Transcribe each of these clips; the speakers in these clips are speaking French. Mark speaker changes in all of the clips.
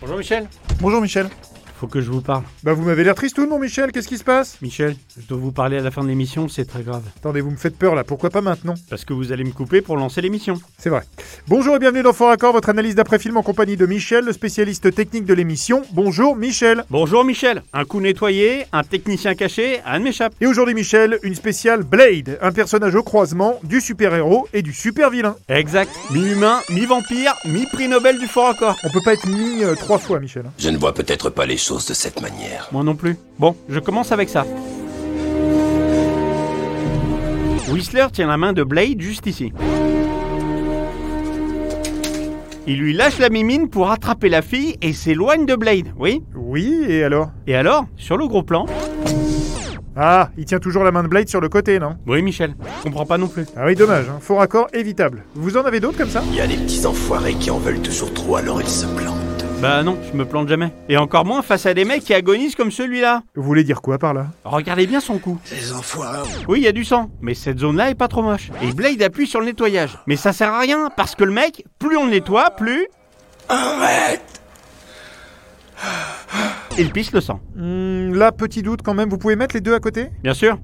Speaker 1: Bonjour Michel.
Speaker 2: Bonjour Michel.
Speaker 1: Faut que je vous parle.
Speaker 2: Bah vous m'avez l'air tristoun mon Michel, qu'est-ce qui se passe
Speaker 1: Michel, je dois vous parler à la fin de l'émission, c'est très grave.
Speaker 2: Attendez, vous me faites peur là, pourquoi pas maintenant
Speaker 1: Parce que vous allez me couper pour lancer l'émission.
Speaker 2: C'est vrai. Bonjour et bienvenue dans Fort Accord, votre analyse d'après-film en compagnie de Michel, le spécialiste technique de l'émission. Bonjour Michel.
Speaker 1: Bonjour Michel. Un coup nettoyé, un technicien caché, un de m'échappe.
Speaker 2: Et aujourd'hui Michel, une spéciale Blade, un personnage au croisement du super-héros et du super-vilain.
Speaker 1: Exact. Mi-humain, mi-vampire, mi-prix Nobel du fort accord.
Speaker 2: On peut pas être mis euh, trois fois Michel. hein.
Speaker 3: Je ne vois peut-être pas les choses de cette manière.
Speaker 1: Moi non plus. Bon, je commence avec ça. Whistler tient la main de Blade juste ici. Il lui lâche la mimine pour attraper la fille et s'éloigne de Blade, oui
Speaker 2: Oui, et alors
Speaker 1: Et alors, sur le gros plan
Speaker 2: Ah, il tient toujours la main de Blade sur le côté, non
Speaker 1: Oui Michel, je comprends pas non plus.
Speaker 2: Ah oui, dommage, hein. faux raccord évitable. Vous en avez d'autres comme ça
Speaker 3: Il y a des petits enfoirés qui en veulent toujours trop, alors ils se plantent.
Speaker 1: Bah non, je me plante jamais. Et encore moins face à des mecs qui agonisent comme celui-là.
Speaker 2: Vous voulez dire quoi par là
Speaker 1: Regardez bien son cou.
Speaker 3: Les enfoirés
Speaker 1: Oui, il y a du sang, mais cette zone-là est pas trop moche. Et Blade appuie sur le nettoyage. Mais ça sert à rien, parce que le mec, plus on le nettoie, plus...
Speaker 3: Arrête
Speaker 1: Il pisse le sang.
Speaker 2: Hmm, Là, petit doute quand même, vous pouvez mettre les deux à côté
Speaker 1: Bien sûr.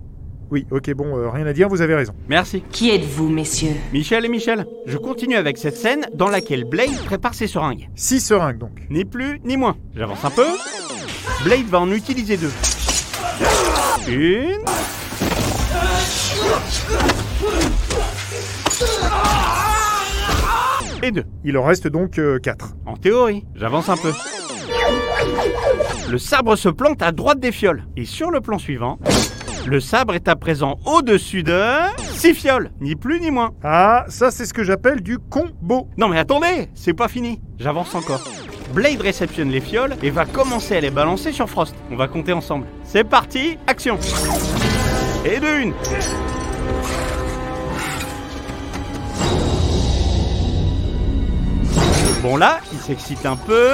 Speaker 2: Oui, ok, bon, euh, rien à dire, vous avez raison.
Speaker 1: Merci.
Speaker 4: Qui êtes-vous, messieurs
Speaker 1: Michel et Michel, je continue avec cette scène dans laquelle Blade prépare ses seringues.
Speaker 2: Six seringues donc.
Speaker 1: Ni plus, ni moins. J'avance un peu. Blade va en utiliser deux. Une... Et deux.
Speaker 2: Il en reste donc euh, 4.
Speaker 1: En théorie, j'avance un peu. Le sabre se plante à droite des fioles. Et sur le plan suivant, le sabre est à présent au-dessus de 6 fioles, ni plus ni moins.
Speaker 2: Ah, ça c'est ce que j'appelle du combo.
Speaker 1: Non mais attendez, c'est pas fini. J'avance encore. Blade réceptionne les fioles et va commencer à les balancer sur Frost. On va compter ensemble. C'est parti, action. Et de une. Bon là, il s'excite un peu.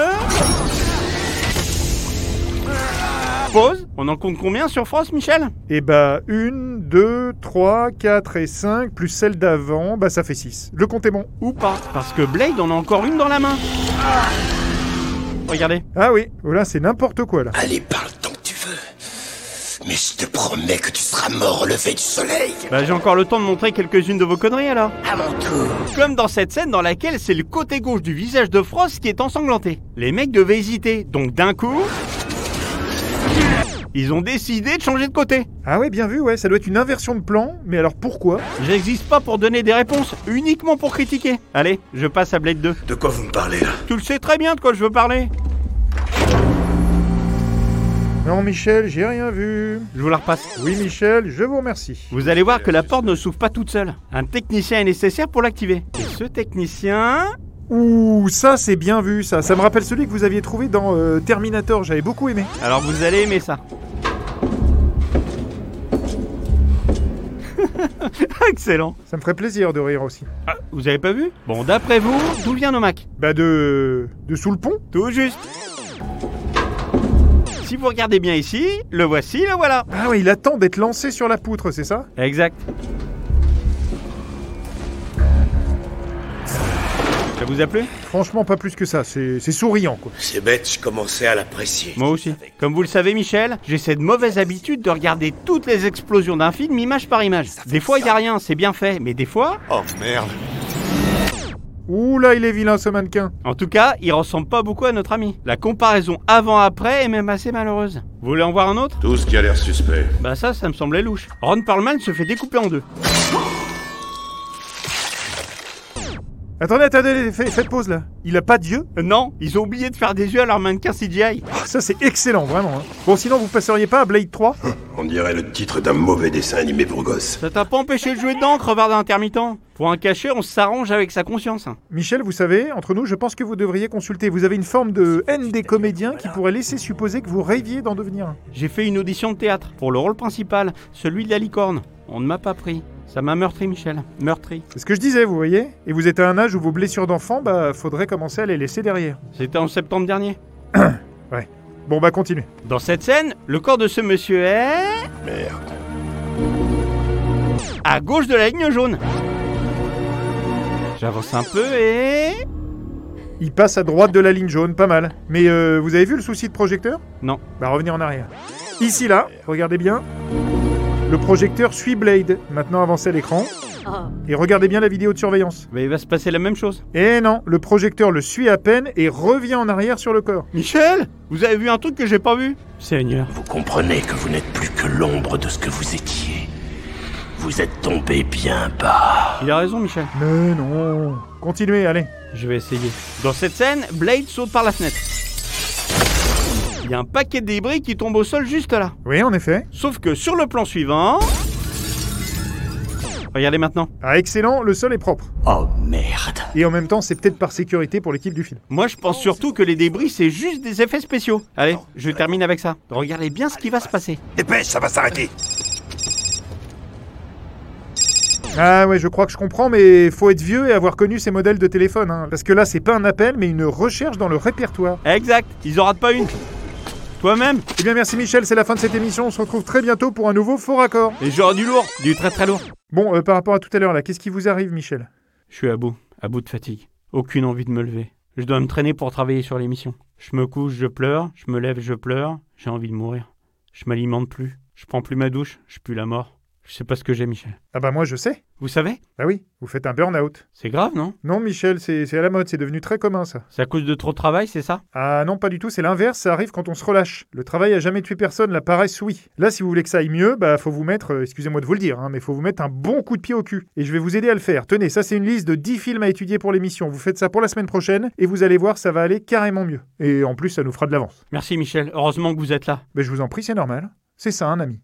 Speaker 1: Pause. On en compte combien sur Frost, Michel
Speaker 2: Et bah 1, 2, 3, 4 et 5, plus celle d'avant, bah ça fait 6. Le compte est bon.
Speaker 1: Ou pas Parce que Blade en a encore une dans la main. Regardez.
Speaker 2: Ah oui, oh là c'est n'importe quoi là.
Speaker 3: Allez, parle tant que tu veux. Mais je te promets que tu seras mort au lever du soleil.
Speaker 1: Bah j'ai encore le temps de montrer quelques-unes de vos conneries alors.
Speaker 3: À mon tour.
Speaker 1: Comme dans cette scène dans laquelle c'est le côté gauche du visage de Frost qui est ensanglanté. Les mecs devaient hésiter, donc d'un coup... Ils ont décidé de changer de côté.
Speaker 2: Ah ouais, bien vu, ouais, ça doit être une inversion de plan, mais alors pourquoi
Speaker 1: J'existe pas pour donner des réponses, uniquement pour critiquer. Allez, je passe à Blade 2.
Speaker 3: De quoi vous me parlez là
Speaker 1: Tu le sais très bien de quoi je veux parler.
Speaker 2: Non Michel, j'ai rien vu.
Speaker 1: Je vous la repasse.
Speaker 2: Oui Michel, je vous remercie.
Speaker 1: Vous allez voir que la porte ne s'ouvre pas toute seule. Un technicien est nécessaire pour l'activer. Et ce technicien...
Speaker 2: Ouh, ça c'est bien vu ça. Ça me rappelle celui que vous aviez trouvé dans euh, Terminator, j'avais beaucoup aimé.
Speaker 1: Alors vous allez aimer ça. Excellent.
Speaker 2: Ça me ferait plaisir de rire aussi.
Speaker 1: Ah, vous avez pas vu Bon, d'après vous, d'où vient Nomak
Speaker 2: Bah de... de sous le pont
Speaker 1: Tout juste. Si vous regardez bien ici, le voici, le voilà.
Speaker 2: Ah ouais, il attend d'être lancé sur la poutre, c'est ça
Speaker 1: Exact. Ça vous a plu
Speaker 2: Franchement, pas plus que ça. C'est c'est souriant, quoi.
Speaker 3: C'est bête, je commençais à l'apprécier.
Speaker 1: Moi aussi. Comme vous le savez, Michel, j'ai cette mauvaise habitude de regarder toutes les explosions d'un film image par image. Des fois, il n'y a rien, c'est bien fait, mais des fois,
Speaker 3: Oh merde.
Speaker 2: Ouh là, il est vilain, ce mannequin.
Speaker 1: En tout cas, il ressemble pas beaucoup à notre ami. La comparaison avant-après est même assez malheureuse. Vous voulez en voir un autre
Speaker 5: Tout ce qui a l'air suspect.
Speaker 1: Bah ça, ça me semblait louche. Ron Perlman se fait découper en deux.
Speaker 2: Attendez, attendez, faites, faites pause, là. Il a pas d'yeux
Speaker 1: Euh, Non, ils ont oublié de faire des yeux à leur mannequin CGI.
Speaker 2: Ah, Ça, c'est excellent, vraiment. hein. Bon, sinon, vous passeriez pas à Blade 3
Speaker 5: On dirait le titre d'un mauvais dessin animé pour gosses.
Speaker 1: Ça t'a pas empêché de jouer dedans, crevard d'intermittent Pour un cachet, on s'arrange avec sa conscience. hein.
Speaker 2: Michel, vous savez, entre nous, je pense que vous devriez consulter. Vous avez une forme de haine des comédiens qui pourrait laisser supposer que vous rêviez d'en devenir un.
Speaker 1: J'ai fait une audition de théâtre pour le rôle principal, celui de la licorne. On ne m'a pas pris. Ça m'a meurtri, Michel. Meurtri.
Speaker 2: C'est ce que je disais, vous voyez Et vous êtes à un âge où vos blessures d'enfant, bah, faudrait commencer à les laisser derrière.
Speaker 1: C'était en septembre dernier.
Speaker 2: Bon, bah, continuez.
Speaker 1: Dans cette scène, le corps de ce monsieur est...
Speaker 5: Merde.
Speaker 1: à gauche de la ligne jaune. J'avance un peu et...
Speaker 2: Il passe à droite de la ligne jaune, pas mal. Mais euh, vous avez vu le souci de projecteur
Speaker 1: Non.
Speaker 2: Bah revenez en arrière. Ici là, regardez bien. Le projecteur suit Blade. Maintenant avancez à l'écran. Et regardez bien la vidéo de surveillance.
Speaker 1: Mais il va se passer la même chose.
Speaker 2: Et non, le projecteur le suit à peine et revient en arrière sur le corps.
Speaker 1: Michel Vous avez vu un truc que j'ai pas vu Seigneur.
Speaker 3: Vous comprenez que vous n'êtes plus que l'ombre de ce que vous étiez. Vous êtes tombé bien bas.
Speaker 1: Il a raison, Michel.
Speaker 2: Mais non. Continuez, allez.
Speaker 1: Je vais essayer. Dans cette scène, Blade saute par la fenêtre. Il y a un paquet de débris qui tombe au sol juste là.
Speaker 2: Oui, en effet.
Speaker 1: Sauf que sur le plan suivant. Regardez maintenant.
Speaker 2: Ah excellent, le sol est propre.
Speaker 3: Oh merde.
Speaker 2: Et en même temps, c'est peut-être par sécurité pour l'équipe du film.
Speaker 1: Moi, je pense surtout que les débris, c'est juste des effets spéciaux. Allez, je termine avec ça. Regardez bien ce qui va se passer.
Speaker 5: Dépêche, ça va s'arrêter.
Speaker 2: Ah ouais, je crois que je comprends, mais faut être vieux et avoir connu ces modèles de téléphone. hein. Parce que là, c'est pas un appel, mais une recherche dans le répertoire.
Speaker 1: Exact, ils en ratent pas une. Toi-même
Speaker 2: Eh bien, merci Michel, c'est la fin de cette émission. On se retrouve très bientôt pour un nouveau faux raccord.
Speaker 1: Et genre du lourd, du très très lourd.
Speaker 2: Bon, euh, par rapport à tout à l'heure, là, qu'est-ce qui vous arrive, Michel
Speaker 1: Je suis à bout, à bout de fatigue. Aucune envie de me lever. Je dois me traîner pour travailler sur l'émission. Je me couche, je pleure, je me lève, je pleure. J'ai envie de mourir. Je m'alimente plus. Je prends plus ma douche, je pue la mort. Je sais pas ce que j'ai, Michel.
Speaker 2: Ah bah moi, je sais.
Speaker 1: Vous savez
Speaker 2: Bah oui, vous faites un burn-out.
Speaker 1: C'est grave, non
Speaker 2: Non, Michel, c'est c'est à la mode, c'est devenu très commun, ça.
Speaker 1: C'est à cause de trop de travail, c'est ça
Speaker 2: Ah non, pas du tout, c'est l'inverse, ça arrive quand on se relâche. Le travail a jamais tué personne, la paresse, oui. Là, si vous voulez que ça aille mieux, bah faut vous mettre, euh, excusez-moi de vous le dire, hein, mais faut vous mettre un bon coup de pied au cul. Et je vais vous aider à le faire. Tenez, ça c'est une liste de 10 films à étudier pour l'émission. Vous faites ça pour la semaine prochaine, et vous allez voir, ça va aller carrément mieux. Et en plus, ça nous fera de l'avance.
Speaker 1: Merci, Michel. Heureusement que vous êtes là.
Speaker 2: Mais je vous en prie, c'est normal. C'est ça, un ami.